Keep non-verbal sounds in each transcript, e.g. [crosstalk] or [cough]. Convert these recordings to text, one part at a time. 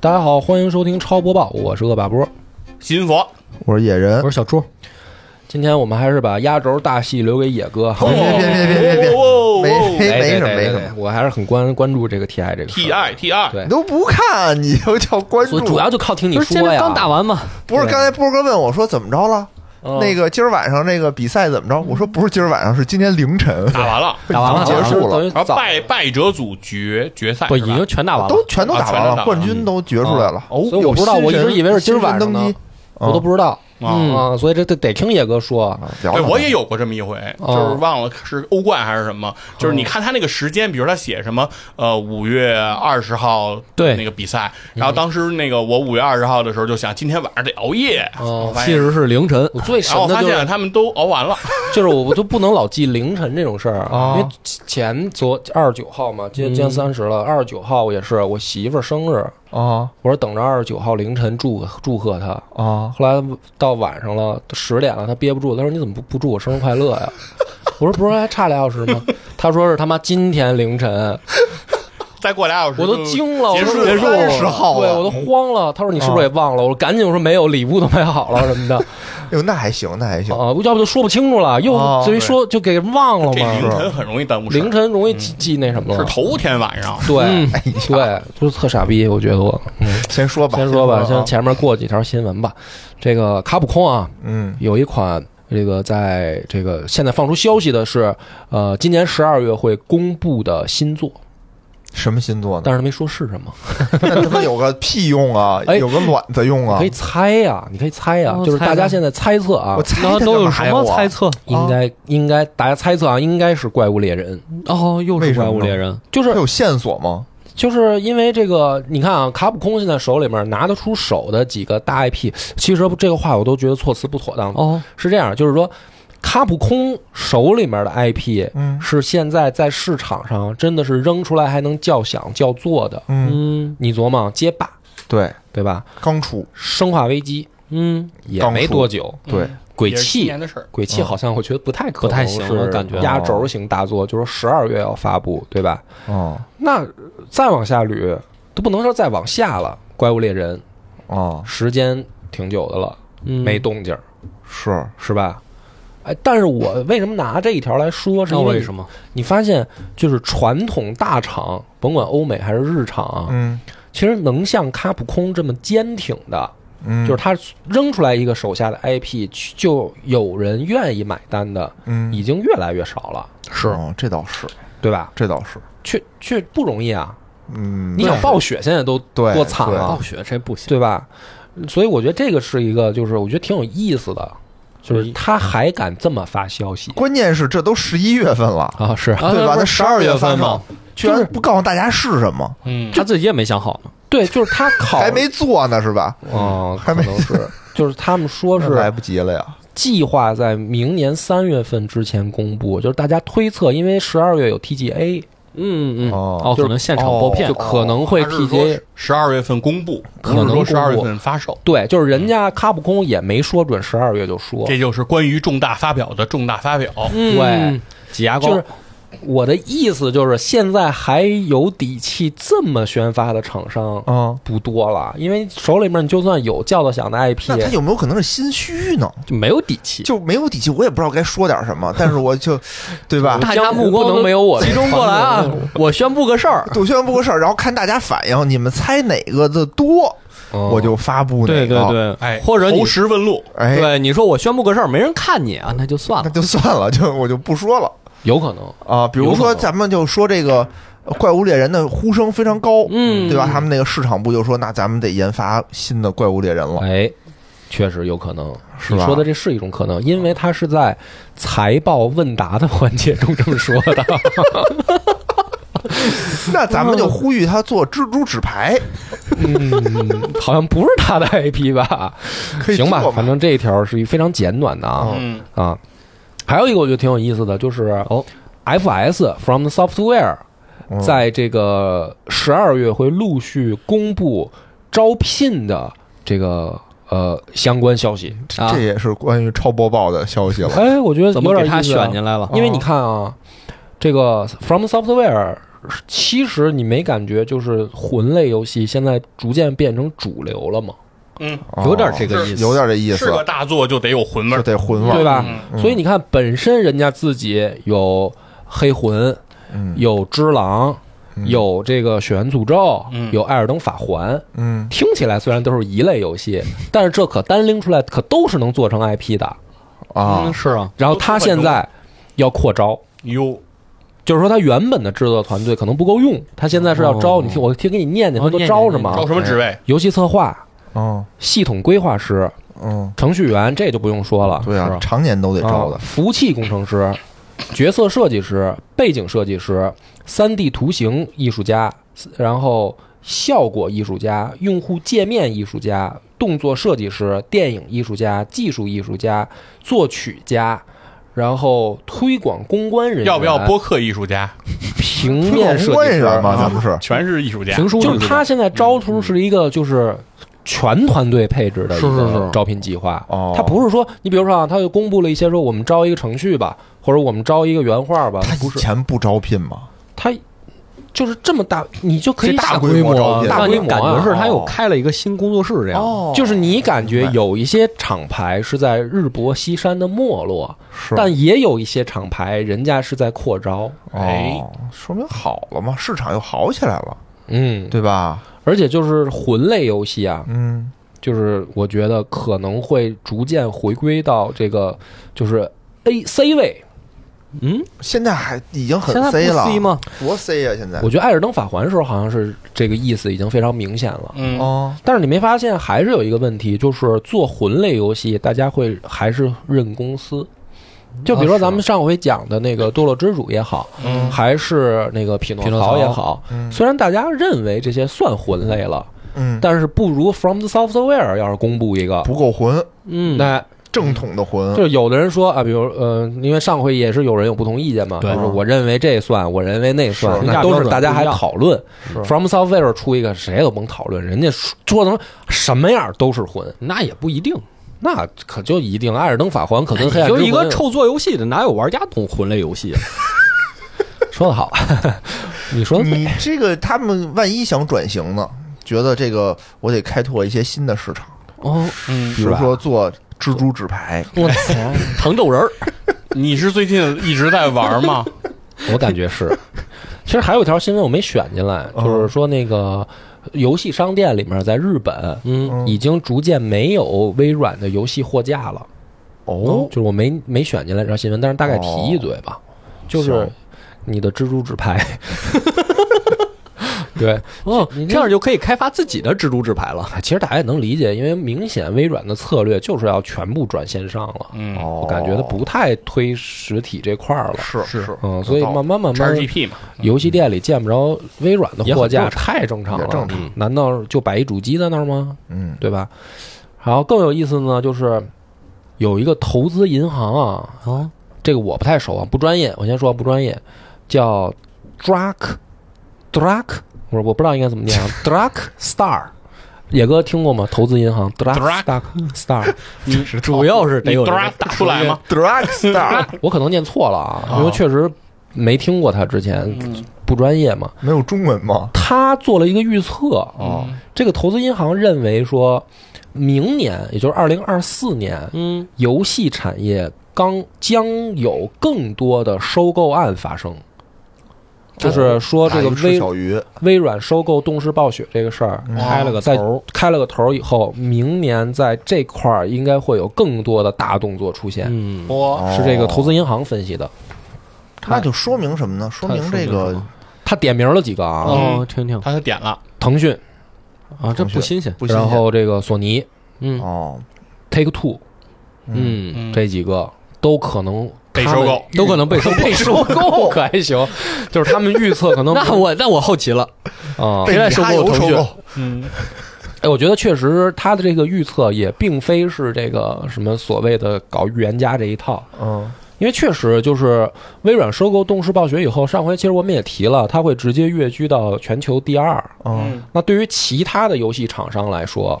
大家好，欢迎收听超播报，我是恶霸波，新佛，我是野人我，是小朱。今天我们还是把压轴大戏留给野哥，好别别别别别别哦没哦哎没哎没对什么对对没什对么，我还是很关关注这个 TI 这个事儿 T I T I，对你，都不看，你就叫关所注以。主要就靠听你不是今说天呀。刚打完吗？不是刚才波哥问我说怎么着了？嗯那个今儿晚上那个比赛怎么着？我说不是今儿晚上，是今天凌晨，打完了，打完了，结束了等于然后早败败者组决决赛不是已经吧？全打完了都，全都打完啊全都打完了了，冠军都决出来了。哦，啊所以我不知道有新人我一直以为是今儿晚上呢新人登基，我都不知道嗯啊，所以这得得听野哥说。啊对，我也有，有过这么一回，就哦是忘了是欧冠还是什么，就是你看他那个时间，比如他写什么，呃，五月二十号对那个比赛，然后当时那个我五月二十号的时候就想今天晚上得熬夜，哦发其现实是凌晨。我最神然后的发就是 [laughs] 现他们都熬完了，就是我就不能老记凌晨这种事儿，啊哦因为前昨二十九号嘛，今嗯今天三十了，二十九号也是我媳妇儿生日，啊我说等着二十九号凌晨祝祝贺她。啊，后来到晚上了，十点了，她憋不住，她说你怎么不不祝我生日快乐呀？ [laughs] 我说不是还差俩小时吗？她说是他妈今天凌 [laughs] 晨，啊再过俩小时我都惊了，我结说束我结束30号对了啊我都慌了。她说你是不是也忘了？我说赶紧，我说没有，礼物都买好 [laughs] 了什么的哟，哎那还行，那还行。啊，要不就说不清楚了，又哦所以说就给忘了这嘛。凌晨很容易耽误事儿，凌晨容易嗯记记那什么是了。头天晚上，对、哎呀，对，就是特傻逼，我觉得我。嗯，先说吧，先说吧，啊先前面过几条新闻吧。这个卡普空啊，嗯有一款这个在这个现在放出消息的是，呃，今年十二月会公布的新作，什么星座呢？但是没说是什么，那他妈有个屁用啊 [laughs] 哎！有个卵子用你啊可以！猜呀、你可以猜呀、哦就是大猜家猜现在猜测啊我。猜然后他都干有嘛啊什呀么我猜测？应该应该，大家猜测啊，应该是怪物猎人，哦，又为是什么呢怪物猎人，就是他有线索吗？就是因为这个，你看啊，卡普空现在手里面拿得出手的几个大 IP，其实这个话我都觉得措辞不妥当。哦，是这样，就是说，卡普空手里面的 IP 嗯是现在在市场上真的是扔出来还能叫响叫座的。嗯，嗯你琢磨，街霸对，对吧？刚出，生化危机嗯，也刚没出多久，对，鬼也是今泣年的事儿，鬼泣好像我觉得不太可能不太行了是感觉压轴型大作，就是十二月要发布，对吧？嗯哦那再往下捋都不能说再往下了，怪物猎人。哦，时间挺久的了，嗯没。动静儿，是是吧？哎，但是我为什么拿这一条来说？是那因为为什么？你发现，就是传统大厂，甭管欧美还是日厂啊，嗯其实能像卡普空这么坚挺的，嗯，就是他扔出来一个手下的 IP，去就有人愿意买单的，嗯已经越来越少了，是，哦这倒是，对吧？这倒是，却却不容易啊！嗯，你想暴雪现在都对多惨对啊暴，雪这不行，对吧？所以我觉得这个是一个，就是我觉得挺有意思的，就是他还敢这么发消息关键是这都十一月份了，啊！是啊对吧？不他是十二月发份售吗？，居然不告诉大家是什么，嗯，他自己也没想好呢。对，就是他考还没做呢，是吧？哦，还没可能 [laughs] 是，就是他们说那来是不及了呀。计划在明年三月份之前公布，就是大家推测，因为十二月有 TGA，嗯嗯哦哦，就是可能现场播片就，可能会哦他是说 TGA。十二月份公布，可能不是说十二公月布份发售。对，就是人家卡普空也没说准十二月就说，这就是关于重大发表的重大发表。嗯对，挤牙膏就是我的意思就是现在还有底气这么宣发的厂商，嗯，不多了，因为手里面你就算有叫得响的 IP，那他有没有可能是心虚呢？就没有底气，就没有底气，我也不知道该说点什么，但是我就，对吧？大江家湖目光不能都没有我的集中过来啊！ [laughs] 我宣布个 [laughs] 事儿，我宣布个事儿，然后看大家反应，你们猜哪个的多，嗯哦我就发布哪个。对对，对，哎，或者你投石问路，哎，对你说我宣布个事儿，没人看你啊，那就算那了。就算了，就我就不说了有可能。啊。比如有可说，能咱们就说这个呃怪物猎人的呼声非常高，嗯对吧？他们那个市场部就说，那咱们得研发新的怪物猎人了，哎，确实有可能。是你吧？说的这是一种可能，因为它是在财报问答的环节中这么说的。那咱们就呼吁他做蜘蛛纸牌，嗯，好像不是他的 IP 吧？可以行吧做，嘛反正这一条是一非常简短的啊、嗯，哦啊。还有一个我觉得挺有意思的，就是哦，FS From Software 嗯在这个十二月会陆续公布招聘的这个呃相关消息。啊这，也是关于超播报的消息了。哎，我觉得怎有么点给他意思啊选进来了？因为你看啊，这个 From Software 其实你没感觉就是魂类游戏现在逐渐变成主流了吗？嗯，有点这个意思，啊有点这意是思个，大作就得有魂味就儿，得混味对儿。吧？嗯所以你看，本身人家自己有黑魂，嗯有只狼，嗯有这个血缘诅咒，嗯有艾尔登法环。嗯，听起来虽然都是一类游 [laughs] 戏，但是这可单拎出来可都是能做成 IP 的。啊嗯，，是啊，然后他现在要扩招，哟，就是说他原本的制作团队可能不够用，他现在是要招。哦你听，我先给你念念他哦都念念招什么招啊？什么职位？游戏策划、嗯系统规划师、嗯，程序员，这就不用说了。对是啊吧，常年都得招啊的。服务器工程师、角色设计师、背景设计师、三 D 图形艺术家，然后效果艺术家、用户界面艺术家、动作设计师、电影艺术家、技术艺术家、作曲家。然后推广公关人员要不要播客艺术家？平面设公关计人师员嘛，啊咱们是全是艺术家，评书就是艺术他现在招出是一个就是全团队配置的一是是个是招聘计划。哦他不是说你比如说啊，他就公布了一些说我们招一个程序吧，或者我们招一个原画吧，他不以是前不招聘嘛？他就是这么大，你就可以这大想规模招聘大让规你模啊感觉是他哦又开了一个新工作室这样。就是你感觉有一些厂牌是在日薄西山的没落，是，但也有一些厂牌人家是在扩招。哎哦，说明好了嘛，市场又好起来了，嗯，对吧？而且就是魂类游戏啊，嗯，就是我觉得可能会逐渐回归到这个就是 A C 位。嗯，现在还已经很现在不 C 了， C 吗？多 C 呀、现在我觉得《艾尔登法环》的时候好像是这个意思已经非常明显了。嗯，哦，但是你没发现还是有一个问题，就是做魂类游戏，大家会还是认公司。就比如说咱们上回讲的那个《堕落之主》也好，嗯还是那个《匹诺匹诺曹曹》也好，嗯虽然大家认为这些算魂类了，嗯，但是不如 From the Software 要是公布一个，不够魂，嗯，那正统的魂，就有的人说啊，比如呃，因为上回也是有人有不同意见嘛，就对是我认为这算，我认为那算，是那都是大家还讨论。是 From Software 出一个谁都甭讨论，人家说说能什么样都是魂，那也不一定。那可就一定《艾尔登法环》可跟黑暗之就魂一个臭做游戏的，哪有玩家懂魂类游戏啊？说的好， [laughs] 你说的嗯对你这个他们万一想转型呢，觉得这个我得开拓一些新的市场，哦，嗯，比如说做蜘蛛纸牌，我操， [laughs] 糖豆人儿，你是最近一直在玩吗？我感觉 [laughs] 是。其实还有一条新闻我没选进来，就是说那个游戏商店里面在日本嗯，已经逐渐没有微软的游戏货架了。哦，嗯就是我没没选进来这条新闻，但是大概提一嘴吧，就是行你的蜘蛛纸牌，对，哦，[laughs] 嗯你这样就可以开发自己的蜘蛛纸牌了。哎其实大家也能理解，因为明显微软的策略就是要全部转线上了，嗯哦我感觉它不太推实体这块儿了，是是是，嗯，所以慢慢慢叉慢， GP 嘛，游戏店里见不着微软的也很货架，正常太正常了，也正常嗯难道就摆一主机在那儿吗？ [laughs] 嗯，对吧？然后更有意思呢，就是有一个投资银行啊，哦，这个我不太熟啊，不专业。我先说不专业，叫 Drak Drak，我我不知道应该怎么念啊，Drak Star。野哥听过吗？投资银行 Drak Drak Star Star，你 [laughs] 主要是得你有哆啦人打出来吗？ drag star 我可能念错了啊，啊因为确实没听过他之前嗯不专业嘛。 [laughs] 没有中文吗？他做了一个预测，哦，嗯这个投资银行认为说，明年也就是二零二四年，嗯，游戏产业刚将有更多的收购案发生，就是说这个大哦鱼吃微小鱼，微软收购动视暴雪这个事儿嗯开了个在头儿，开了个头以后，明年在这块儿应该会有更多的大动作出现，嗯，我是这个哦投资银行分析的。那就说明什么呢？说明这个他点名了几个啊，哦，听听他就点了，腾讯，啊，这不新鲜，不新鲜然后这个索尼、嗯哦， Take Two 嗯，嗯这几个都可能被收购，都可能被收购。被收购 [laughs] 可还行，就是他们预测可 [laughs] 能那我那我好奇了，啊，被谁来米收哈购游腾收讯购？嗯，哎，我觉得确实他的这个预测也并非是这个什么所谓的搞预言家这一套，嗯，因为确实就是微软收购动视暴雪以后，上回其实我们也提了，它会直接跃居到全球第二。嗯，那对于其他的游戏厂商来说，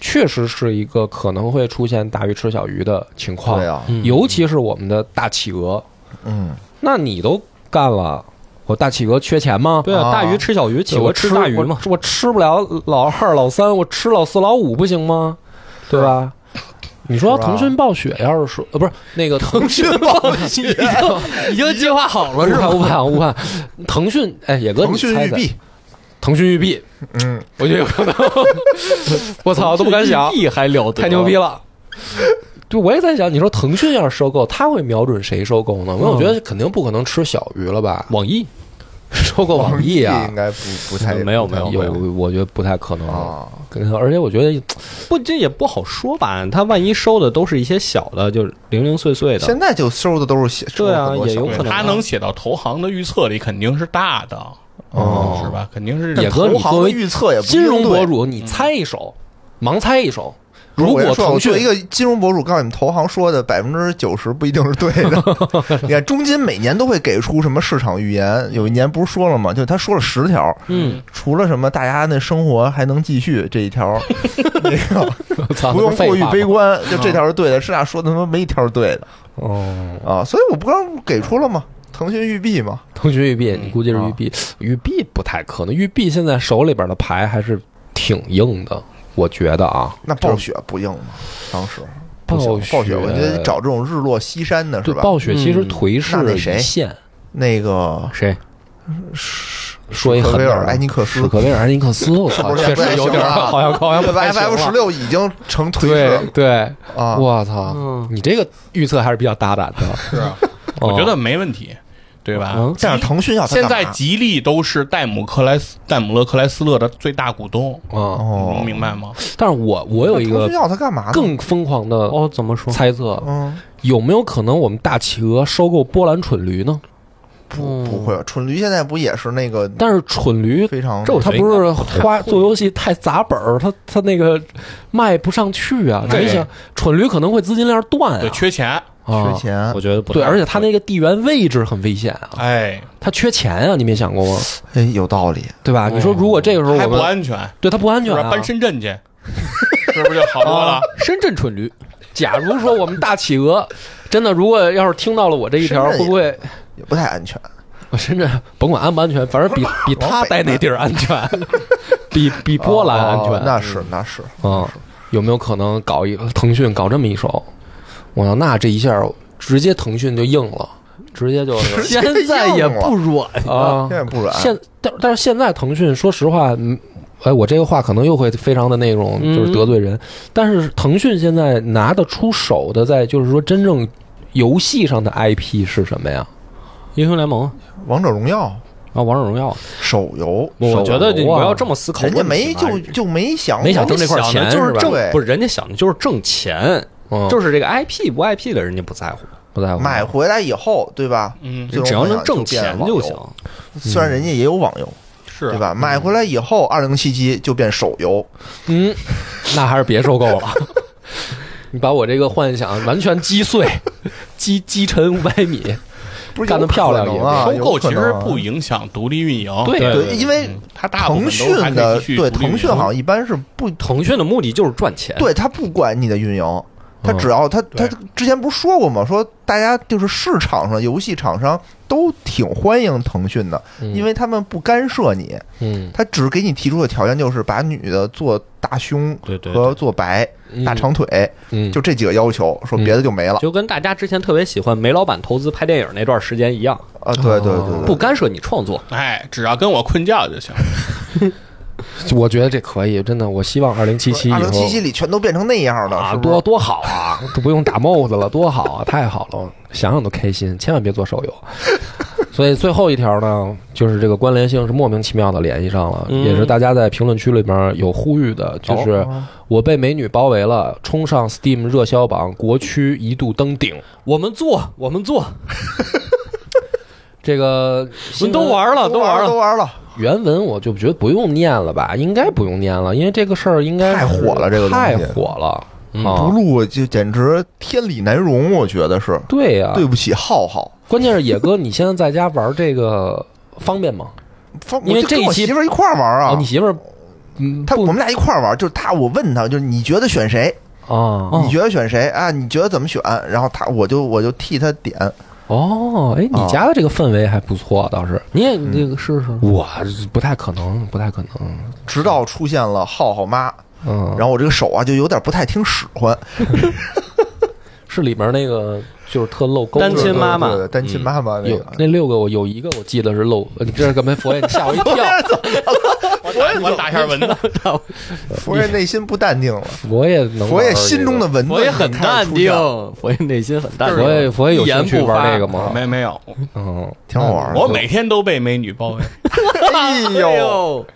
确实是一个可能会出现大鱼吃小鱼的情况，对啊，嗯尤其是我们的大企鹅，嗯，那你都干了，我大企鹅缺钱吗？对啊，啊大鱼吃小鱼，企对鹅我吃大鱼嘛。我，我吃不了老二、老三，我吃老四、老五不行吗？对吧？你说是啊腾讯暴雪要是说呃不是那 [laughs] 个腾讯暴雪已经计划好误 [laughs] 判误判误判，腾讯哎野哥腾你讯猜育猜，碧，腾讯育碧，嗯，我觉得有可能，我操都不敢想，地还了得，太牛逼！了。对，我也在想，你说腾讯要是收购，他会瞄准谁收购呢？因为我觉得肯定不可能吃小鱼了吧， [laughs] 网易收购网易啊应，该不不太没有没有有我觉得不太可能。啊，可能而且我觉得不，这也不好说吧？他万一收的都是一些小的，就是零零碎碎的，现在就收的都是写对啊收了很多也有小可对能啊他能写到投行的预测里，肯定是大的，哦是吧？肯定是也但野哥投你作行为预测也不金融一定博，对主，你猜一手，盲猜一手。不是如果我先说，我腾作为一讯个金融博主，告诉你们，投行说的百分之九十不一定是对的。 [laughs] 你看，中金每年都会给出什么市场预言，有一年不是说了吗？就他说了十条，嗯，除了什么大家那生活还能继续这 [laughs] 一条，那个操不用过于悲观观，就啊这条是对的。是俩说的他妈没一条是对的哦。啊！所以我不刚给出了吗？腾讯育碧嘛，腾讯育碧，嗯你估计是啊育碧，育碧不太可能。育碧现在手里边的牌还是挺硬的，我觉得啊。那暴雪不硬吗？当时暴不行雪暴雪，我觉得找这种日落西山的是呃对吧？暴雪其实颓嗯那势那谁一线。那个谁？说一狠点儿史克威尔啊埃尼克斯史克威尔埃尼克斯，我操，不是确实有点儿，不太行了 [laughs] 好像好像不对吧太行了？F 十六已经成颓对势对，啊！我操嗯， [laughs] 你这个预测还是比较大胆的，是啊，我觉得没问题，对吧？嗯但是腾讯要它现干嘛在吉利都是戴姆克莱斯、戴姆勒克莱斯勒的最大股东，啊。你 [laughs] 哦能，明白吗？但是我我有一腾个讯要啊它干嘛呢？更疯狂的哦，怎么说？猜测，嗯，有没有可能我们大企鹅收购波兰蠢驴呢？不不会，蠢驴现在不也是那个但是蠢驴非常这我他觉得不是花做游戏太砸本儿，他他那个卖不上去啊。对你想，蠢驴可能会资金链断对，啊，缺钱，啊缺。钱我？觉得不对，太而且他会那个地缘位置很危险啊，哎，他缺钱啊，你没想过吗？哎，有道理，对吧？你说如果这个时候还我不们安全，对他不安是全不是啊，搬深圳去， [laughs] 哦是不是就好多了？深圳蠢驴，假如说我们大企鹅真的，如果要是听到了我这一条，深圳会也不会也不太安全。 [laughs] 我深圳甭管安不安全，反正比比他待那地儿安全， [laughs] 比比波兰安哦全。那是那是，嗯，有没有可能搞一腾讯搞这么一手？我操，那这一下直接腾讯就硬了，直接就是现在也不软啊现。在不软。现但但是现在腾讯，说实话，嗯，哎，我这个话可能又会非常的那种，嗯就是得罪人。但是腾讯现在拿得出手的，在就是说真正游戏上的 IP 是什么呀？英雄联盟王者荣耀啊，王者荣耀，手游，我觉得你手游啊不要这么思考问人题家嘛，没就就没想没想过挣这块想钱的就是吧挣对不是人家想的就是挣钱，嗯，就是这个 IP 不 IP 的人家不在乎，不在乎买回来以后，对吧？嗯，最终只要幻能想挣变钱网就游行。。嗯虽然人家也有网游，是啊对？吧？买回来以后，二零七七就变手游，嗯，那还是别收购 [laughs] 了。你把我这个幻想完全击碎，击击沉五百米。不是干得有可漂亮能也啊？收有购可其实能啊不影响独立运营，对嗯对，因为它大部分腾都讯还可以的继续对独立运腾营讯好像一般是不，腾讯的目的就是赚钱，对他不管你的运营，他嗯只要他他对之前不是说过吗？说大家就是市场上游戏厂商都挺欢迎腾讯的，嗯因为他们不干涉你，嗯，他只给你提出的条件就是把女的做大胸对对和做白、大长腿，嗯，就这几个要求，说别的就没了就跟大家之前特别喜欢煤老板投资拍电影那段时间一样，啊！对对对哦对，不干涉你创作。哎，只要跟我困觉就行。我觉得这可以，真的。我希望二零七七以二零后七七里全都变成那样的，啊，是不多是？多好啊，都不用打帽子了，多好啊，太好了，想想都开心。千万别做手游。 [laughs] 所以最后一条呢，就是这个关联性是莫名其妙的联系上了，嗯也是大家在评论区里边有呼吁的，就是。我被美女包围了，冲上 Steam 热销榜，国区一度登顶。我们做，我们做，这个我们都，玩了，都玩都了。玩了，原文我就觉得不用念了吧，应该不用念了，因为这个事儿应该太火了这个东西太火了、嗯不啊！录就简直天理难容，我觉得是对呀、对不起浩浩。关键是野哥，你现在在家玩这个方便吗？方因为我就这跟一我期媳妇儿一块儿玩儿哦啊，你媳妇儿，嗯，他不我们俩一块儿玩儿，就是他，我问他，就是你觉得选谁？啊，你觉得选谁啊？你觉得怎么选？然后他，我就我就替他点，嗯哦，哎，你家的这个氛围还不错，倒是你也那个试试。我不太可能，不太可能。直到出现了浩浩妈，嗯，然后我这个手啊就有点不太听使唤，是里面那个就是特露沟单亲的妈妈对对对单亲妈妈那嗯有个。那六个，我有一个我记得是露，呃你这是干嘛？佛爷，你吓我一跳！我打 [laughs] 我打一下蚊子，佛爷内心不淡定了，佛爷能， [laughs] 佛爷心中的。蚊子佛爷很开始淡出现定，佛爷内心很淡定。佛爷，佛爷有一言兴趣不发玩那个？吗？ [laughs] 没没有，嗯，挺好玩的。我每天都被美女包围。哎哎呦，呦，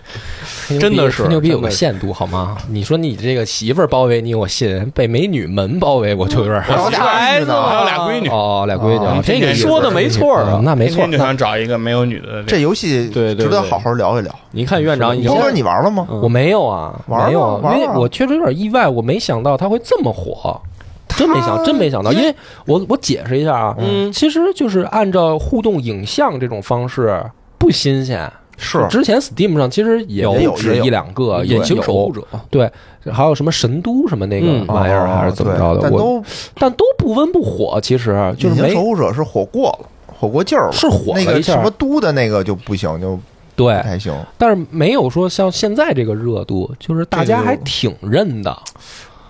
吹牛逼真的是吹牛逼有真个的是限度好吗？你说你这个媳妇儿包围你，我信；被美女门包围，我就有点儿我有媳妇俩儿闺还女呢，有俩闺女，哦，俩闺哦女，这个意思说的没错啊嗯那没错天天。就想找一个没有女的这这游戏对对对值得好好聊一聊。你看院长，你波现哥，在你玩了吗？我没有啊，玩吧没有啊，玩吧因为我确实有点意外，我没想到他会这么火。真没想，真没想到，因为我我解释一下啊，嗯其实就是按照互动影像这种方式不新鲜，是之前 Steam 上其实也有不止也有一两个，也隐形有守护者，对，还有什么神都什么那个嗯玩意儿还是怎么着哦的，但我都但都不温不火，其实就隐是形没守护者是火过了，火过劲儿了，是火那了个一什下哎么，都的那个就不行，就不对，太行。但是没有说像现在这个热度，就是大家还挺认的。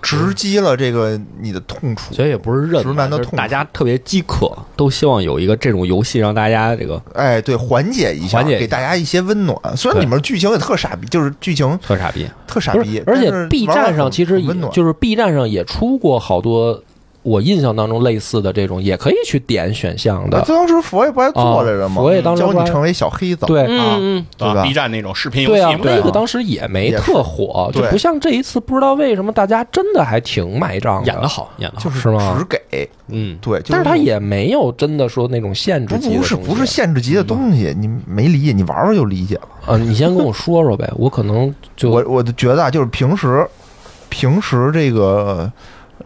直击了这个你的痛处其。实也不是认直男的痛就是苦大家特别饥渴，都希望有一个这种游戏让大家这个哎，对，缓解一下，缓解一下给大家一些温暖。虽然对里面剧情也特傻逼，就是剧情特傻逼。特傻不逼是，，而但且是 B 玩完站上很其实很也温暖，就是 B 站上也出过好多我印象当中类似的这种，也可以去点选项啊的。当时佛爷不还做来着吗？啊佛爷当时教不你还成为小黑子，对啊嗯，对吧 B 站那种视频游对戏啊嘛，，那个当时也没也是特火，就对不像这一次，不知道为什么大家真的还挺买账的，啊演得好，演得好。就是是吗只？给嗯，对，就但是是他也没有真的说那种限制不级的不是东西嗯不是限制级的东西，你没理解，你玩玩就理解了。呃，你先跟我说说呗，我可能就我我觉得啊，就是平时平时这个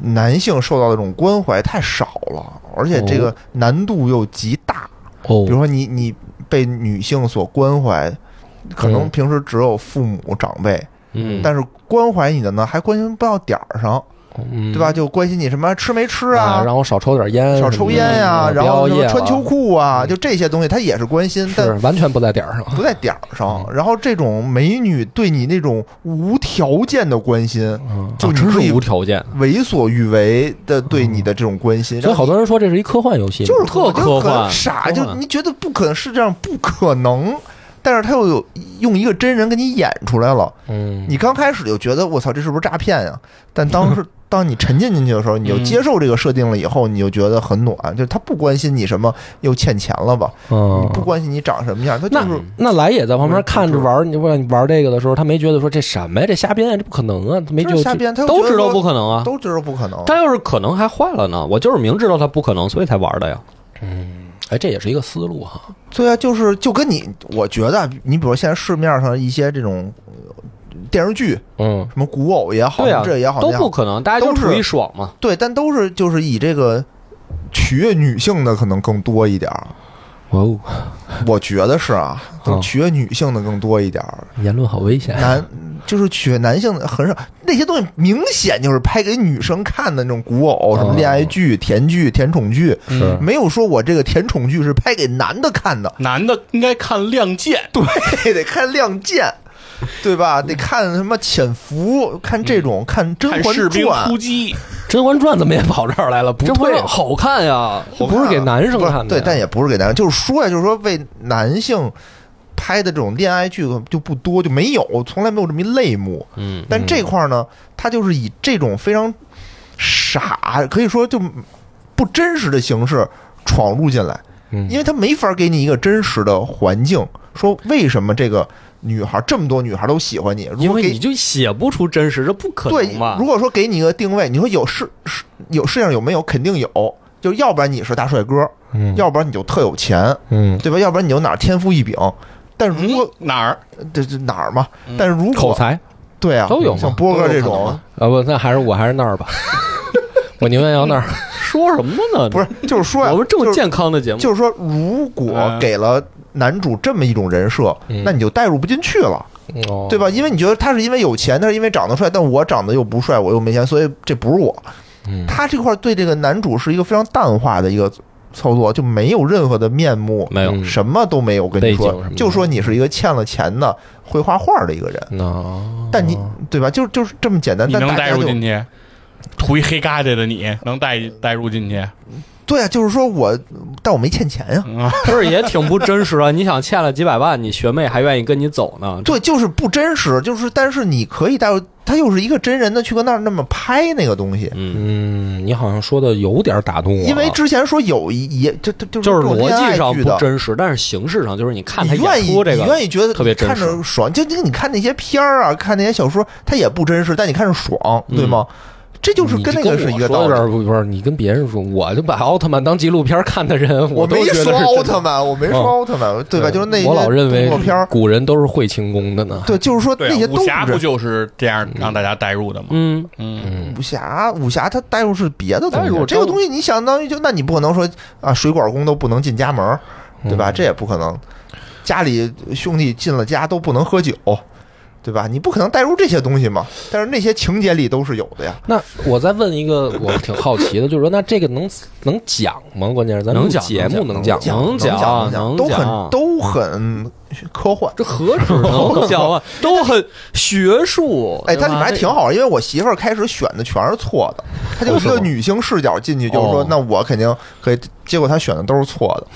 男性受到的这种关怀太少了，而且这个难度又极大。哦比如说你你被女性所关怀，可能嗯平时只有父母长辈，嗯但是关怀你的呢，还关心不到点儿上，嗯对吧？就关心你什么吃没吃啊，啊。让我少抽点烟，少抽烟呀、嗯然后不什要么夜了嗯穿秋裤啊，就这些东西，他也是关心，但是完全不在点儿上。不在点儿上。[laughs] 嗯然后这种美女对你那种无条件的关心，嗯，就啊你真可是以无嗯条件，为所欲为的对你的这种关心，所以好多多人说这是一科幻游戏嘛，就是特科幻很傻，科幻就你觉得不可能是这样，不可能。但是他又有用一个真人给你演出来了，嗯，你刚开始就觉得我操，这是不是诈骗呀、但当 [laughs] 时当你沉浸进去的时候，你就嗯接受这个设定了以后，你就觉得很暖，就是他不关心你什么又欠钱了吧，嗯你不关心你长什么样，他就那是那来也在旁边看着玩儿，你问玩这个的时候，他没觉得说这什么呀，这瞎编，这不可能啊，他没就就是瞎编，他就都觉得知道说不可能啊。都知道不可能。他要是可能还坏了呢，我就是明知道他不可能，所以才玩的呀。哎，这也是一个思路哈。对啊，就是就跟你，我觉得啊你比如现在市面上一些这种呃电视剧，嗯，什么古偶也好，对啊这也好，都那也好不可能，大家就都是图一爽嘛。对，但都是就是以这个取悦女性的可能更多一点儿，哇哦，我觉得是 [laughs] 啊，都嗯取悦女性的更多一点儿，言论好危险。啊男就是取悦男性的很少，那些东西明显就是拍给女生看的那种古偶，什么嗯哦恋爱剧、甜剧、甜宠剧，嗯是没有说我这个甜宠剧是拍给男的看的，男的应该看《亮剑对，得看《亮剑》，对吧？得看什么《潜伏》，看这嗯种，看《甄》，看嬛士传兵》突击， 《甄嬛传》怎么也跑这儿来了？不这不对啊是，好看呀？好看啊，不是给男生不是看的对呀，但也不是给男，就是说呀，就是说为男性拍的这种恋爱剧就不多，就没有，从来没有这么一类目。嗯，但这块儿呢，它就是以这种非常傻，可以说就不真实的形式闯入进来，嗯因为它没法给你一个真实的环境，说为什么这个女孩这么多女孩都喜欢你，如因果为给你就写不出真实，这不可对能嘛，。如果说给你一个定位，你说有世是有世界上有没有？肯定有，就要不然你是大帅哥，嗯要不然你就特有钱，嗯对吧？要不然你就哪儿天赋异禀。但是如果哪儿？这这哪儿嘛？但是如嗯口果才对啊，都有嘛像波哥这都有可能种嘛，啊不，那还是我还是那儿 [laughs] 吧，我宁愿要那儿。说什么呢？不是，是就 [laughs] 是说呀，我们这就么是健康的节目，就是说，如果嗯给了男主这么一种人设，嗯那你就代入不进去了，哦，对？吧？因为你觉得他是因为有钱，他是因为长得帅，但我长得又不帅，我又没钱，所以这不是我。嗯他这块对这个男主是一个非常淡化的一个操作，就没有任何的面目，没有嗯什么都没有跟你背说景什么，的就说你是一个欠了钱的会画画的一个人，那但你对吧？就就是这么简单，你呃但能大带家入就进去？涂一黑疙瘩的你能带带入进去？对啊，就是说我，但我没欠钱啊呀、嗯不是也挺不真实啊？你想欠了几百万，你学妹还愿意跟你走呢？对，就是不真实，就是但是你可以带入，他又是一个真人的去跟那儿那么拍那个东西，嗯，嗯，你好像说的有点打动我，啊因为之前说有一也就就就就是这种逻恋爱辑上剧不的。真实，但是形式上就是你看他你愿演意，出这你愿个，意觉得特别真看实着爽，就就你看那些片儿啊，看那些小说，它也不真实，但你看着爽，对吗？这就是你跟那个我是一说个道的这理。儿不不是你跟别人说，我就把奥特曼当纪录片看的人，我都没觉得是说真奥特曼，我没说嗯奥特曼，对吧？就是那些我老认为动作片儿，古人都是会轻功的呢。对，就是说对那啊些，武都侠是不就是这样让大家带入的吗？嗯，嗯，嗯，武侠，武侠它带入是别的东带入西，这这个东西你相当于就，那你不可能说啊，水管工都不能进家门儿，对吧？嗯这也不可能，家里兄弟进了家都不能喝酒，对吧？你不可能带入这些东西嘛，但是那些情节里都是有的呀。那我再问一个，我挺好奇的，就是说，那这个能能讲吗？关键是咱能录讲节目能讲吗？能能讲讲，能都很讲都很科幻。这何止 [laughs] 能讲啊？都很学术。哎，它对里吧面还挺好，因为我媳妇儿开始选的全是错的，她就一哦个是吗女性视角进去，就是说哦，那我肯定可以，结果她选的都是错的。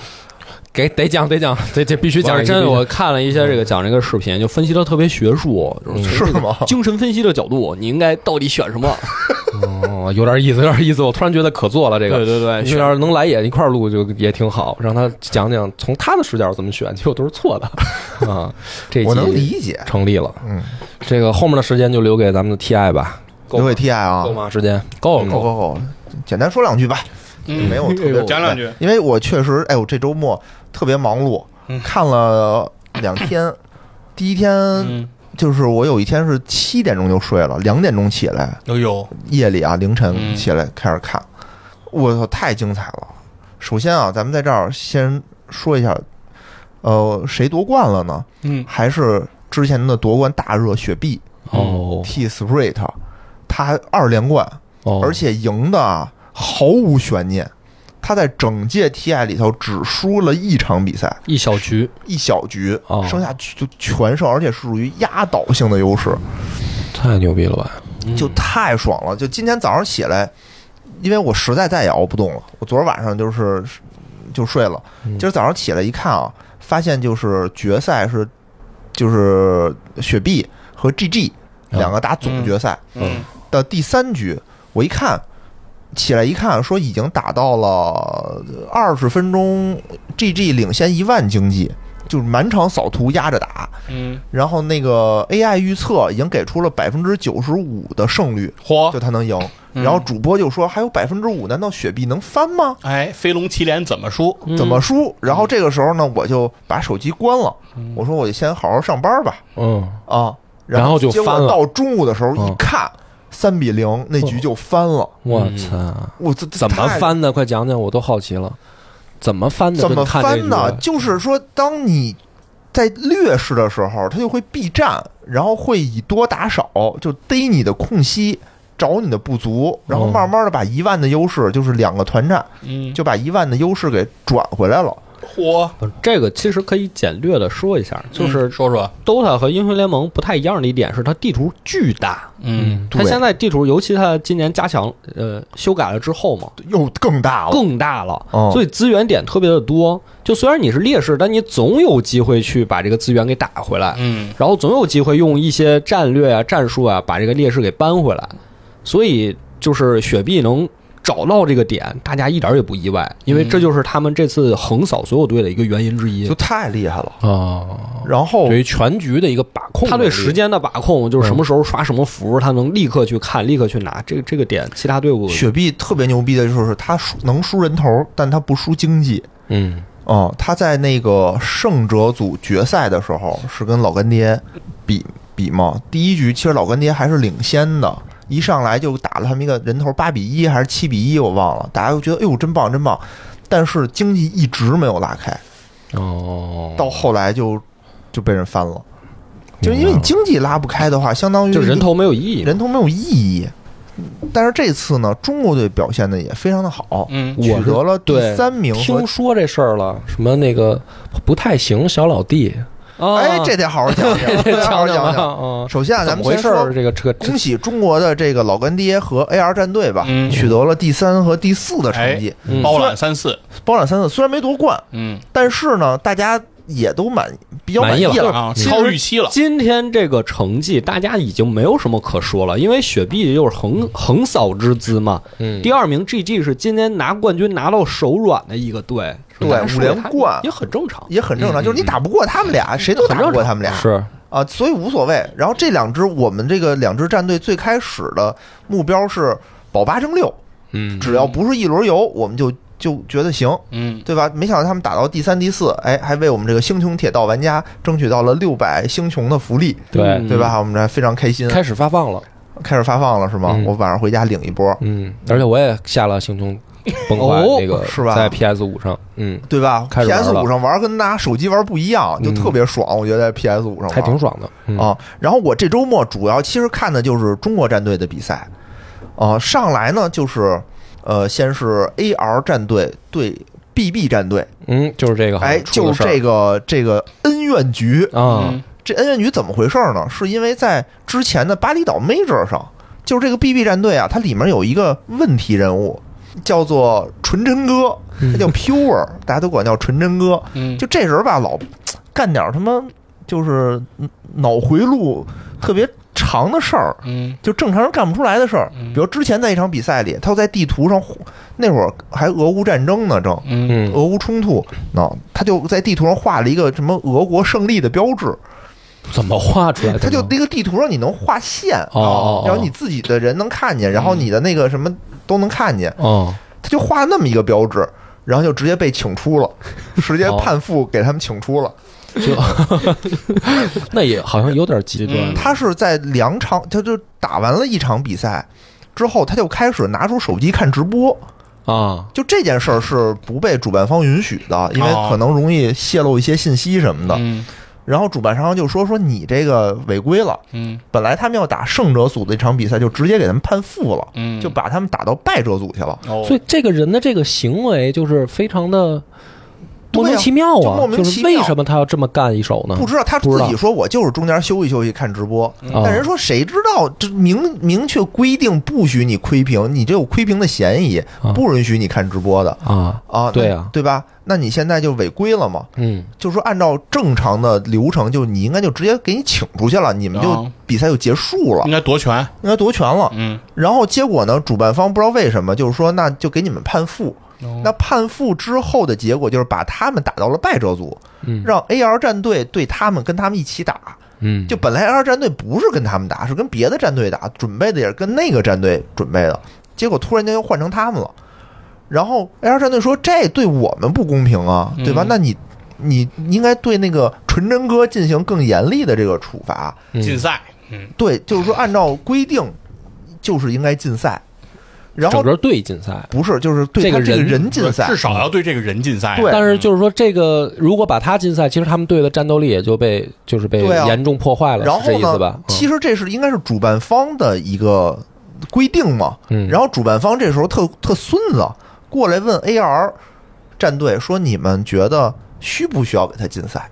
给得讲得讲，得这必须这讲讲一真，个我看了一些这个讲这个视频，就分析的特别学术，嗯就是是吗？精神分析的角度，你应该到底选 [laughs] 什么？哦，有点意思，有点意思。我突然觉得可做了这个。对对你要是能来也一块儿录，就也挺好。让他讲讲从他的视角怎么选，结果都是错 [laughs] 的啊。这一集我能理解，成立了。嗯，这个后面的时间就留给咱们的 TI 吧，够留吗给 TI 啊，够吗？时间嗯够了够吗？够够，简单说两句吧，嗯没有特别讲两句因为我确实，哎，我这周末特别忙碌，嗯看了两天，第一天嗯，就是我有一天是七点钟就睡了，两点钟起来，哎呦，夜里啊凌晨嗯起来开始看，我操，太精彩了！首先啊，咱们在这儿先说一下，呃，谁夺冠了呢？嗯，还是之前的夺冠大热雪碧嗯哦 T Spirit，他二连冠。哦，而且赢的啊毫无悬念。他在整届 TI 里头只输了一场比赛，一小局，一小局哦，剩下就全胜，而且是属于压倒性的优势，太牛逼了吧！就太爽了。就今天早上起来，因为我实在再也熬不动了，我昨儿晚上就是就睡了，嗯今儿早上起来一看啊，发现就是决赛是就是雪碧和 GG 啊两个打总决赛，嗯的第三局，我一看起来一看，说已经打到了二十分钟，GG 领先一万经济，就是满场扫图压着打。嗯，然后那个 AI 预测已经给出了百分之九十五的胜率，嚯就，他能赢。嗯然后主播就说还有百分之五，难道雪碧能翻吗？哎，飞龙骑脸怎么输？嗯怎么输？然后这个时候呢，我就把手机关了，我说我就先好好上班吧，嗯，啊。然后就结翻了果到中午的时候一嗯看，三比零那局就翻了。我嗯操，我这这怎么太翻的？快讲讲，我都好奇了，怎么翻的？怎么跟看这啊翻呢个？就是说，当你在劣势的时候，他就会避战，然后会以多打少，就逮你的空隙，找你的不足，然后哦慢慢的把一万的优势，就是两个团战，嗯，就把一万的优势给转回来了。嚯，不是这个其实可以简略的说一下，就是嗯说说， DOTA 和英雄联盟不太一样的一点是，它地图巨大。嗯它对现在地图，尤其它今年加强呃修改了之后嘛，又更大了，更大了，哦所以资源点特别的多。就虽然你是劣势，但你总有机会去把这个资源给打回来，嗯然后总有机会用一些战略啊、战术啊把这个劣势给扳回来。所以就是雪碧能找到这个点，大家一点儿也不意外，因为这就是他们这次横扫所有队的一个原因之一就。太厉害了。啊，然后对于全局的一个把控能力，他对时间的把控，就是什么时候刷什么符，他能立刻去看，立刻去拿。这个这个点，其他队伍雪碧特别牛逼的就是他输能输人头，但他不输经济。嗯，哦，他在那个胜者组决赛的时候是跟老干爹比比嘛，第一局其实老干爹还是领先的，一上来就打了他们一个人头八比一还是七比一，我忘了，大家就觉得哎呦真棒真棒，但是经济一直没有拉开，哦，到后来就就被人翻了，就是因为你经济拉不开的话，相当于就人头没有意义。人头没有意义。嗯但是这次呢，中国队表现的也非常的好，嗯我取是得了第对三名和听说这事儿了，什么那个不太行小老弟，啊哎，这得好好讲 [laughs] 讲，得好好讲讲。讲，首先啊，怎咱们么回先事说儿？这个这个恭喜中国的这个老干爹和 AR 战队吧，嗯取得了第三和第四的成绩，嗯包揽三四，包揽三次。虽然没夺冠，嗯但是呢，大家也都满比较满意意了了。啊，超预期了，今天这个成绩，大家已经没有什么可说了，因为雪碧就是横横扫之姿嘛。嗯第二名 GG 是今天拿冠军拿到手软的一个队，对大家说五连冠他也很正常。也很正常，嗯就是你打不过他们俩，谁都打不过他们俩是啊，所以无所谓。然后这两支，我们这个两支战队最开始的目标是保八争六，嗯只要不是一轮游，我们就就觉得行，嗯对吧？没想到他们打到第三、第四，哎，还为我们这个星穹铁道玩家争取到了六百星穹的福利，对嗯对吧？我们这非常开心，开始发放了，开始发放了是吗？嗯我晚上回家领一波，嗯，而且我也下了星穹崩坏哦那个是吧在 PS 五上，嗯，对吧开始玩？PS 了五上玩跟拿手机玩不一样，就嗯特别爽，我觉得在 PS 五上玩还挺爽的，嗯啊。然后我这周末主要其实看的就是中国战队的比赛，啊，上来呢就是呃，先是 AR 战队对 BB 战队，嗯，就是这个好像哎，出就的事是儿，这个这个恩怨局，啊，这恩怨局怎么回事呢？是因为在之前的巴厘岛 Major 上，就是这个 BB 战队啊，它里面有一个问题人物，叫做纯真哥，嗯他叫 Pure，大家都管叫纯真哥。嗯，就这人吧，老干点他妈就是脑回路特别长的事儿，嗯就正常人干不出来的事儿。嗯比如之前在一场比赛里，他又在地图上那会儿还俄乌战争呢，正嗯嗯俄乌冲突，那他就在地图上画了一个什么俄国胜利的标志。怎么画出来的呢？它就那个地图上你能画线，哦哦嗯哦然后你自己的人能看见，然后你的那个什么都能看见，哦，他就画那么一个标志，然后就直接被请出了，直接哦判负给他们请出了。就那也好像有点极端嗯，他是在两场，他就打完了一场比赛之后，他就开始拿出手机看直播。啊，就这件事儿是不被主办方允许的，因为哦可能容易泄露一些信息什么的。嗯然后主办方就说说你这个违规了，嗯本来他们要打胜者组的一场比赛，就直接给他们判负了。嗯，就把他们打到败者组去了，哦所以这个人的这个行为就是非常的对莫啊名其妙就啊，莫名就其是妙为什么他要这么干一手嗯呢？不知道他不自知道己说我就是中间休息休息看直播，啊但人说谁知道这明明确规定不许你窥屏，你这有窥屏的嫌疑啊，嗯不允许你看直播的啊，啊，对那啊对吧？那你现在就违规了嘛？嗯就说按照正常的流程，就你应该就直接给你请出去了，你们就啊比赛就结束了应，该夺权，应该夺权了。嗯，然后结果呢，主办方不知道为什么就是说那就给你们判负，哦那判负之后的结果就是把他们打到了败者组，嗯让 AR 战队对他们跟他们一起打。嗯，就本来 AR 战队不是跟他们打，是跟别的战队打，准备的也是跟那个战队准备的，结果突然间又换成他们了。然后 AR 战队说这对我们不公平啊，对吧？嗯那你你应该对那个纯真哥进行更严厉的这个处罚。禁嗯赛，嗯对，就是说按照规定，就是应该禁赛。然整后个队禁赛。不是，就是对这他个这个人人禁赛至，少要对这个人禁赛，对但是就是说，这个如果把他禁赛，其实他们队的战斗力也就被就是被对啊严重破坏了，然是这后意思吧嗯呢？，其实这是应该是主办方的一个规定嘛。嗯，然后后主办方这时候特特孙子过来问 AR 战队说：“你们觉得需不需要给他禁赛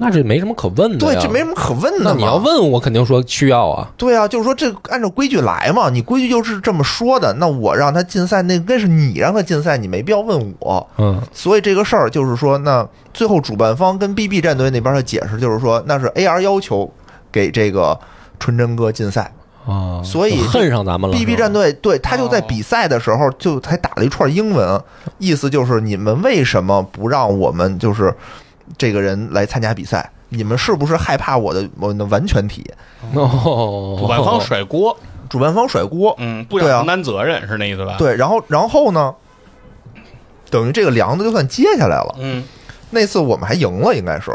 那这没什么可问？”的对，呀这没什么可问啊那的你要嘛。问我，肯定说需要啊。对啊，就是说这按照规矩来嘛，你规矩就是这么说的。那我让他禁赛，那应该是你让他禁赛，你没必要问我。嗯所以这个事儿就是说，那最后主办方跟 BB 战队那边的解释就是说，那是 AR 要求给这个纯真哥禁赛。啊，所以就恨上咱们了。 BB 是吧战队对他就在比赛的时候就还打了一串英文，意思就是你们为什么不让我们就是这个人来参加比赛？你们是不是害怕我的我的完全体？哦，主办方甩锅，主办方甩锅，嗯，不想承担责任是那意思吧？，对，然后然后呢，等于这个梁子就算接下来了。嗯那次我们还赢了，应该是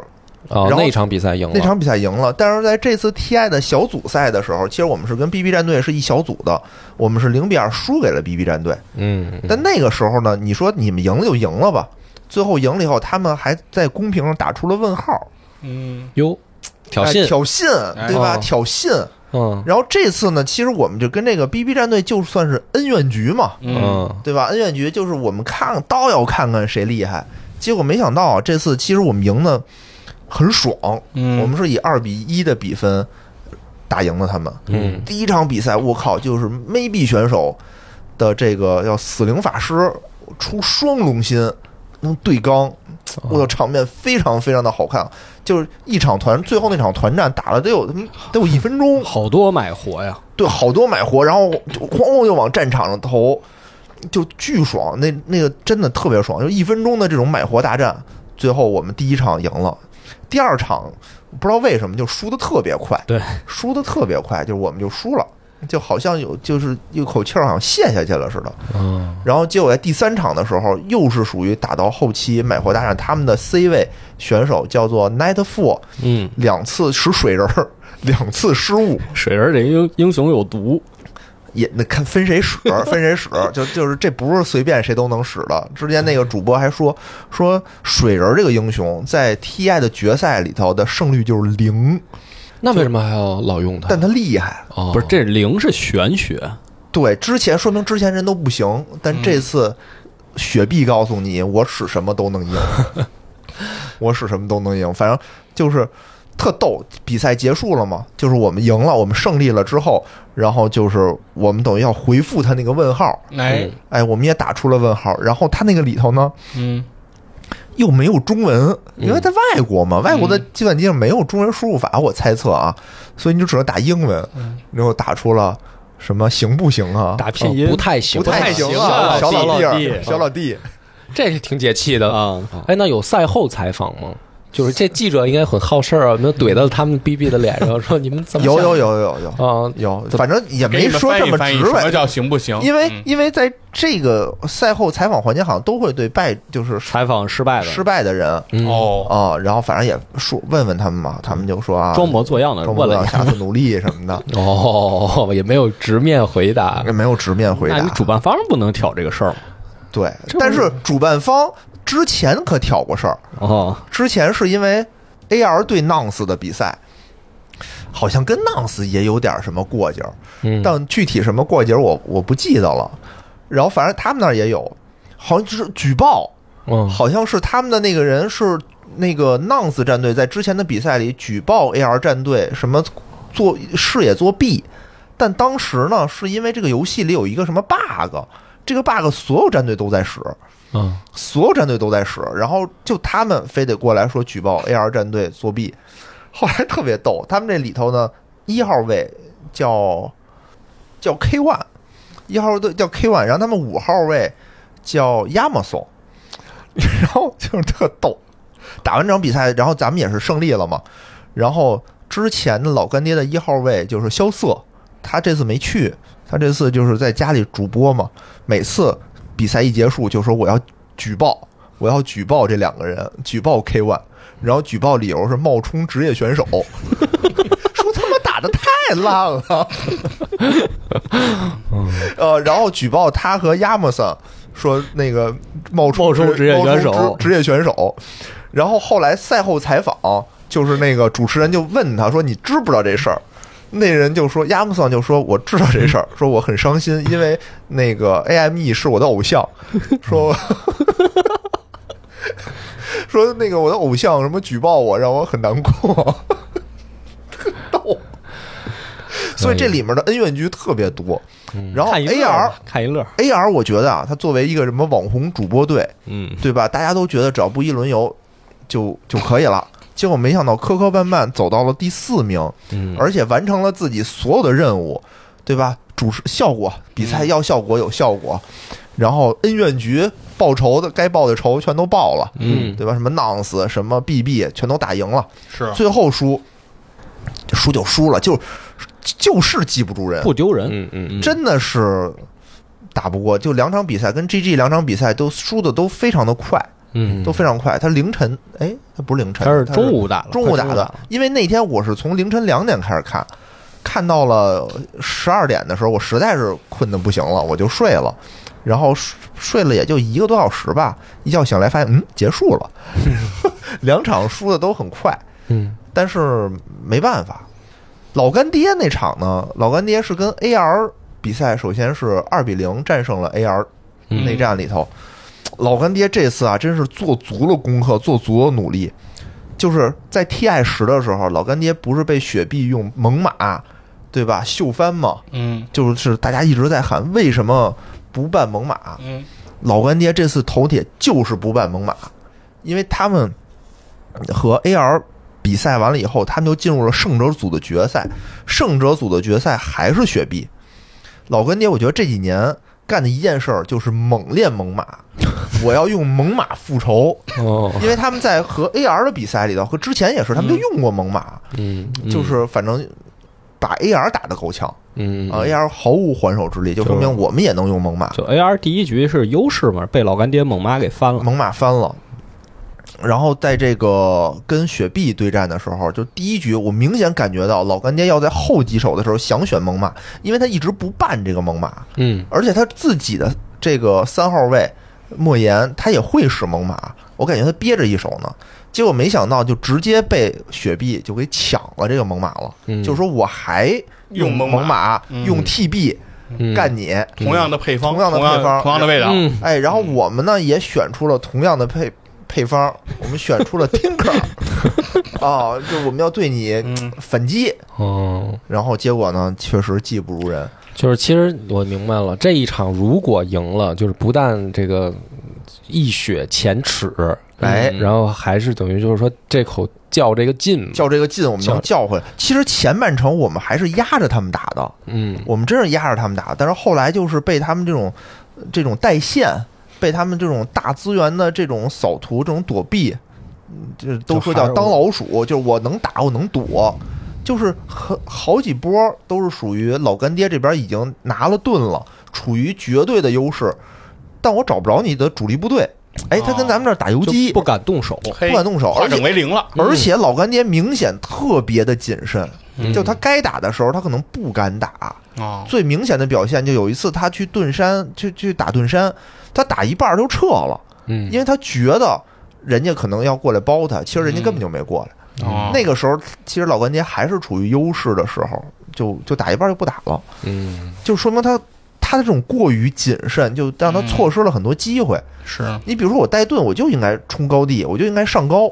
哦，然后那场比赛赢了，那场比赛赢了，但是在这次 TI 的小组赛的时候，其实我们是跟 BB 战队是一小组的，我们是零比二输给了 BB 战队。嗯，但那个时候呢，你说你们赢了就赢了吧，最后赢了以后，他们还在公屏上打出了问号，嗯，哟，挑哎衅，挑衅，对吧？哎挑衅，嗯然后这次呢，其实我们就跟这个 BB 战队就算是恩怨局嘛，嗯嗯对吧？恩怨局就是我们看都要看看谁厉害。结果没想到啊这次其实我们赢的很爽，嗯我们是以二比一的比分打赢了他们。嗯第一场比赛，我靠，就是 maybe 选手的这个叫死灵法师出双龙心，能对刚，我操，场面非常非常的好看。就是一场团最后那场团战打了得有他妈得有一分嗯钟，好多买活呀，对，好多买活，然后就哐哐就往战场上投，就巨爽。那那个真的特别爽，就一分钟的这种买活大战，最后我们第一场赢了，第二场不知道为什么就输的特别快，对，输的特别快，就是我们就输了，就好像有就是一口气儿好像陷下去了似的。嗯然后结果在第三场的时候，又是属于打到后期买活大战，他们的 C 位选手叫做 Night Four，嗯，两次使水人儿，两次失误。水人这英英雄有毒，也那看分谁使，分谁使，就就是这不是随便谁都能使的。之前那个主播还说说水人这个英雄在 TI 的决赛里头的胜率就是零，那为什么还要老用它？但他厉害。哦不是这零是玄学，对，之前说明之前人都不行，但这次雪碧告诉你，我使什么都能赢，我使什么都能赢，反正就是。特逗，比赛结束了嘛，就是我们赢了，我们胜利了之后，然后就是我们等于要回复他那个问号，哎哎，我们也打出了问号。然后他那个里头呢，嗯又没有中文，因为在外国嘛，外国的计算机上没有中文输入法，我猜测啊，所以你就只能打英文，然后打出了什么行不行啊？打拼哦音不太行，不太行啊，啊小老弟小老儿，弟小老弟，这是挺解气的。啊，哎，那有赛后采访吗？就是这记者应该很好事儿啊， [laughs] 有没有怼到他们逼逼的脸上，说你们怎么有想有有有有啊？有，反正也给你没们说翻这译么翻译直什么白，叫行不行？因为嗯因为在这个赛后采访环节，好像都会对败就是采访失败了，失败的人嗯，哦，啊，然后反正也说问问他们嘛，他们就说啊，装模作样的装模问作了样，一下，下次努力什么的。哦，也没有直面回答。没有直面回那答你。主办方不能挑这个事儿吗？对这，不但是主办方之前可挑过事儿，哦，之前是因为 AR 对 Nouns 的比赛，好像跟 Nouns 也有点什么过节儿，嗯，但具体什么过节儿我我不记得了。然后反正他们那儿也有，好像就是举报，嗯好像是他们的那个人是那个 Nouns 战队在之前的比赛里举报 AR 战队什么做视野作弊，但当时呢是因为这个游戏里有一个什么 bug，这个 bug 所有战队都在使，嗯所有战队都在使，然后就他们非得过来说举报 AR 战队作弊。后来特别逗，他们这里头呢，一号位叫叫 K One，一号队叫 K One，然后他们五号位叫 Yamason，然后就是特逗。打完这场比赛，然后咱们也是胜利了嘛。然后之前的老干爹的一号位就是萧瑟，他这次没去，他这次就是在家里主播嘛。每次比赛一结束，就说我要举报，我要举报这两个人，举报 K One，然后举报理由是冒充职业 [laughs] 选手，说他妈打的太烂了，嗯呃，然后举报他和亚莫森说那个冒充冒充职业选手冒充职职业选手，然后后来赛后采访，就是那个主持人就问他说你知不知道这事儿？那人就说亚姆桑就说我知道这事儿，说我很伤心，因为那个 AME 是我的偶像，说。 [laughs] 说那个我的偶像什么举报我，让我很难过， [laughs] 特逗。所以这里面的恩怨剧特别多。然后哎嗯看一乐 AR 吧看一乐， AR，我觉得啊，它作为一个什么网红主播队，嗯，对吧？大家都觉得只要不一轮游就就可以了。结果没想到磕磕绊绊走到了第四名，嗯而且完成了自己所有的任务，对吧？主持效果比赛要效果有效果，然后恩怨局报仇的该报的仇全都报了，嗯对吧？什么 Nouns 什么 BB 全都打赢了，是最后输输就输了，就就是记不住人，不丢人，嗯嗯真的是打不过。就两场比赛跟 GG 两场比赛都输的都非常的快，嗯都非常快。他凌晨，哎，他不是凌晨，他是中午打了，中午打的了，，因为那天我是从凌晨两点开始看，看到了十二点的时候，我实在是困得不行了，我就睡了。然后睡睡了也就一个多小时吧，一觉醒来发现，嗯，结束了。两场输的都很快，嗯但是没办法，老干爹那场呢，老干爹是跟 AR 比赛，首先是二比零战胜了 AR 嗯内战里头。老干爹这次啊，真是做足了功课，做足了努力。就是在 TI 十的时候，老干爹不是被雪碧用猛犸，对吧？秀翻嘛，嗯就是大家一直在喊为什么不办猛犸？嗯老干爹这次头铁就是不办猛犸，因为他们和 AR 比赛完了以后，他们就进入了胜者组的决赛。胜者组的决赛还是雪碧。老干爹，我觉得这几年干的一件事儿就是猛练猛犸，我要用猛犸复仇，哦，因为他们在和 AR 的比赛里头和之前也是，他们就用过猛犸，嗯，嗯就是反正把 AR 打得够呛嗯啊，AR 毫无还手之力，就说明我们也能用猛犸。就 AR 第一局是优势嘛，被老干爹猛妈给翻了。猛犸翻了。然后在这个跟雪碧对战的时候，就第一局我明显感觉到老干爹要在后几手的时候想选猛犸，因为他一直不办这个猛犸，嗯而且他自己的这个三号位莫言他也会使猛犸，我感觉他憋着一手呢。结果没想到就直接被雪碧就给抢了这个猛犸了，嗯就是说我还用猛猛犸犸嗯用 TB 嗯干你，同样的配方，同样的配方同样的味道，嗯，哎，然后我们呢也选出了同样的配配方，我们选出了 [laughs] Tinker，啊，就我们要对你嗯反击，哦，然后结果呢确实技不如人，就是其实我明白了，这一场如果赢了，就是不但这个一雪前耻，哎嗯然后还是等于就是说这口较这个劲，较这个劲我们能叫回来。其实前半程我们还是压着他们打的，嗯我们真是压着他们打，但是后来就是被他们这种这种带线，被他们这种大资源的这种扫图、这种躲避，嗯这都说就叫还是当老鼠，就是我能打，我能躲，就是很好几波都是属于老干爹这边已经拿了盾了，处于绝对的优势，但我找不着你的主力部队。哎，他啊跟咱们这儿打游击，就不敢动手。嘿不敢动手化而且整为零了。而且老干爹明显特别的谨慎，嗯就他该打的时候他可能不敢打，啊，最明显的表现就有一次他去盾山去去打盾山，他打一半儿就撤了，嗯，因为他觉得人家可能要过来包他，其实人家嗯根本就没过来。哦那个时候其实老干爹还是处于优势的时候，就就打一半儿就不打了，嗯就说明他。他的这种过于谨慎，就让他嗯错失了很多机会。是你比如说，我带盾，我就应该冲高地，我就应该上高，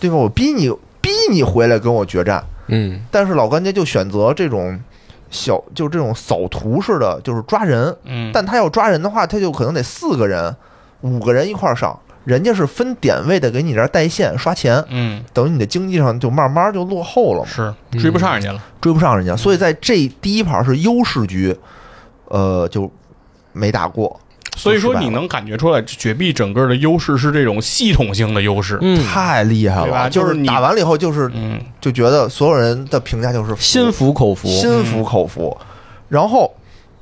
对吧？我逼你，逼你回来跟我决战。嗯但是老干爹就选择这种小，就这种扫图式的，就是抓人。嗯，但他要抓人的话，他就可能得四个人、五个人一块儿上，人家是分点位的给你这儿带线刷钱，嗯等于你的经济上就慢慢就落后了嘛，是追不上人家了。追不上人嗯家。所以在这第一盘是优势局，呃，就没打过，所以说就失败你了能感觉出来，雪碧整个的优势是这种系统性的优势。嗯，太厉害对吧了，就是是你打完了以后就是嗯就觉得所有人的评价就是心服口服。心服口服。然后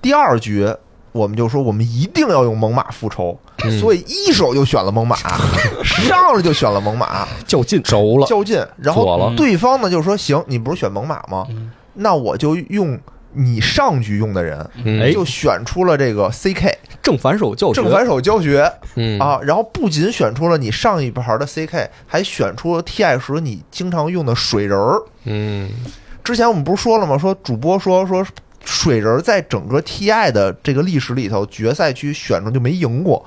第二局我们就说我们一定要用猛犸复仇，嗯所以一手就选 [laughs] 了猛犸，上来就选了猛犸，较劲轴了，较劲。然左后了对方呢就说行，你不是选猛犸吗？嗯那我就用。你上局用的人，嗯哎就选出了这个 CK 正反手教学，正反手教学嗯啊，然后不仅选出了你上一盘的 CK，还选出了 TI 时你经常用的水人儿，嗯之前我们不是说了吗？说主播说说水人在整个 TI 的这个历史里头，决赛区选中就没赢过，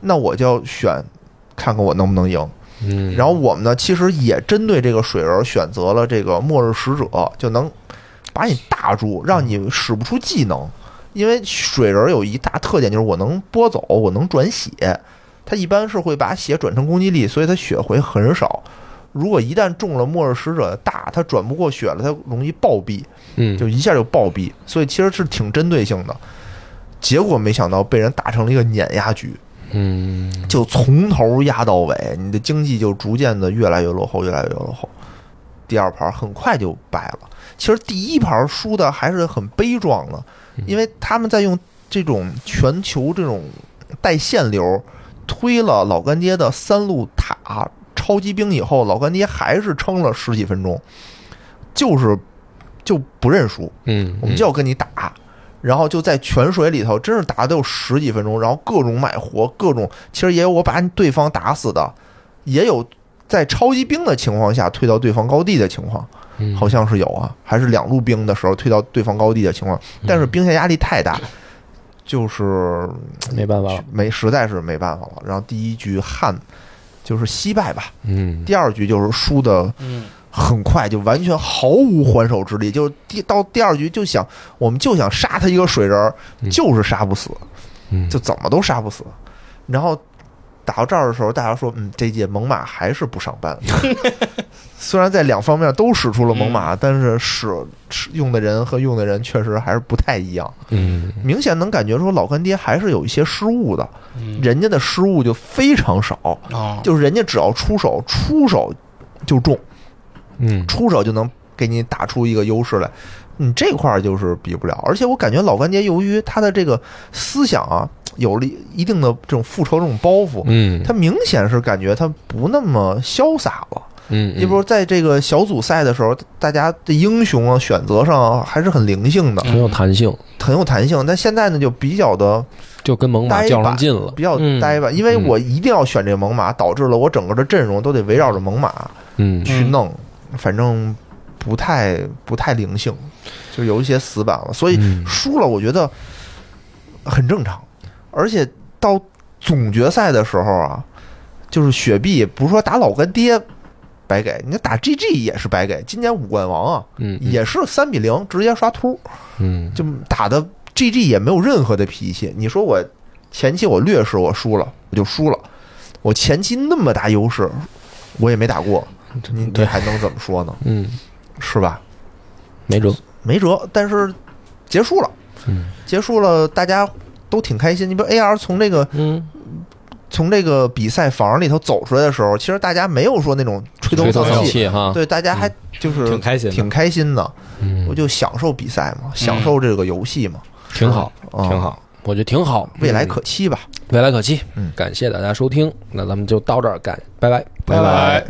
那我就要选看看我能不能赢。嗯，然后我们呢，其实也针对这个水人选择了这个末日使者，就能把你大住，让你使不出技能。因为水人有一大特点就是我能拨走，我能转血，他一般是会把血转成攻击力，所以他血回很少。如果一旦中了末日使者的大，他转不过血了，他容易暴毙，嗯就一下就暴毙。所以其实是挺针对性的。结果没想到被人打成了一个碾压局，嗯就从头压到尾，你的经济就逐渐的越来越落后，越来越落后。第二盘很快就败了。其实第一盘输的还是很悲壮的，嗯因为他们在用这种全球这种带线流推了老干爹的三路塔超级兵以后，老干爹还是撑了十几分钟，就是就不认输。嗯，我们就要跟你打。然后就在泉水里头，真是打的有十几分钟，然后各种买活，各种其实也有我把对方打死的，也有在超级兵的情况下推到对方高地的情况，嗯好像是有啊，还是两路兵的时候推到对方高地的情况，嗯但是兵下压力太大， [laughs] 就是没办法了，没实在是没办法了。然后第一局汉就是惜败吧，嗯，第二局就是输的嗯，很快，就完全毫无还手之力，就是第到第二局就想我们就想杀他一个水人儿嗯，就是杀不死，嗯就怎么都杀不死。然后打到这儿的时候，大家说，嗯，这届猛犸还是不上 [laughs] 班。虽然在两方面都使出了嗯猛犸，但是使使用的人和用的人确实还是不太一样，嗯明显能感觉出老干爹还是有一些失误的，嗯人家的失误就非常少，哦，就是人家只要出手，出手就中，嗯出手就能给你打出一个优势来。你这块儿就是比不了，而且我感觉老干爹由于他的这个思想啊，有了一定的这种复仇这种包袱，嗯，他明显是感觉他不那么潇洒了。嗯，嗯你比如在这个小组赛的时候，大家的英雄啊选择上还是很灵性的，很有弹性，很有弹性。但现在呢，就比较的就跟猛犸较上劲了，比较嗯呆吧，因为嗯我一定要选这个猛犸，导致了我整个的阵容都得围绕着猛犸嗯去弄，反正不太不太灵性，就有一些死板了。所以嗯输了，我觉得很正常。而且到总决赛的时候啊，就是雪碧不是说打老干爹白给，你打 GG 也是白给。今年五冠王啊，嗯也是三比零直接刷秃，嗯就打的 GG 也没有任何的脾气。你说我前期我劣势我输了，我就输了，我前期那么大优势，我也没打过，你你对还能怎么说呢？嗯，是吧？没辙，没辙，但是结束了，嗯结束了，大家都挺开心。你比如 AR 从这个嗯，从这个比赛房里头走出来的时候，其实大家没有说那种吹头头丧丧气，气哈，对，大家还就是挺开心的挺开心的。嗯我就享受比赛嘛，享受这个游戏嘛，挺好，啊嗯挺，好，我觉得挺好，未来嗯可期吧。未来可期。嗯感谢大家收听，那咱们就到这儿，感拜拜，拜拜。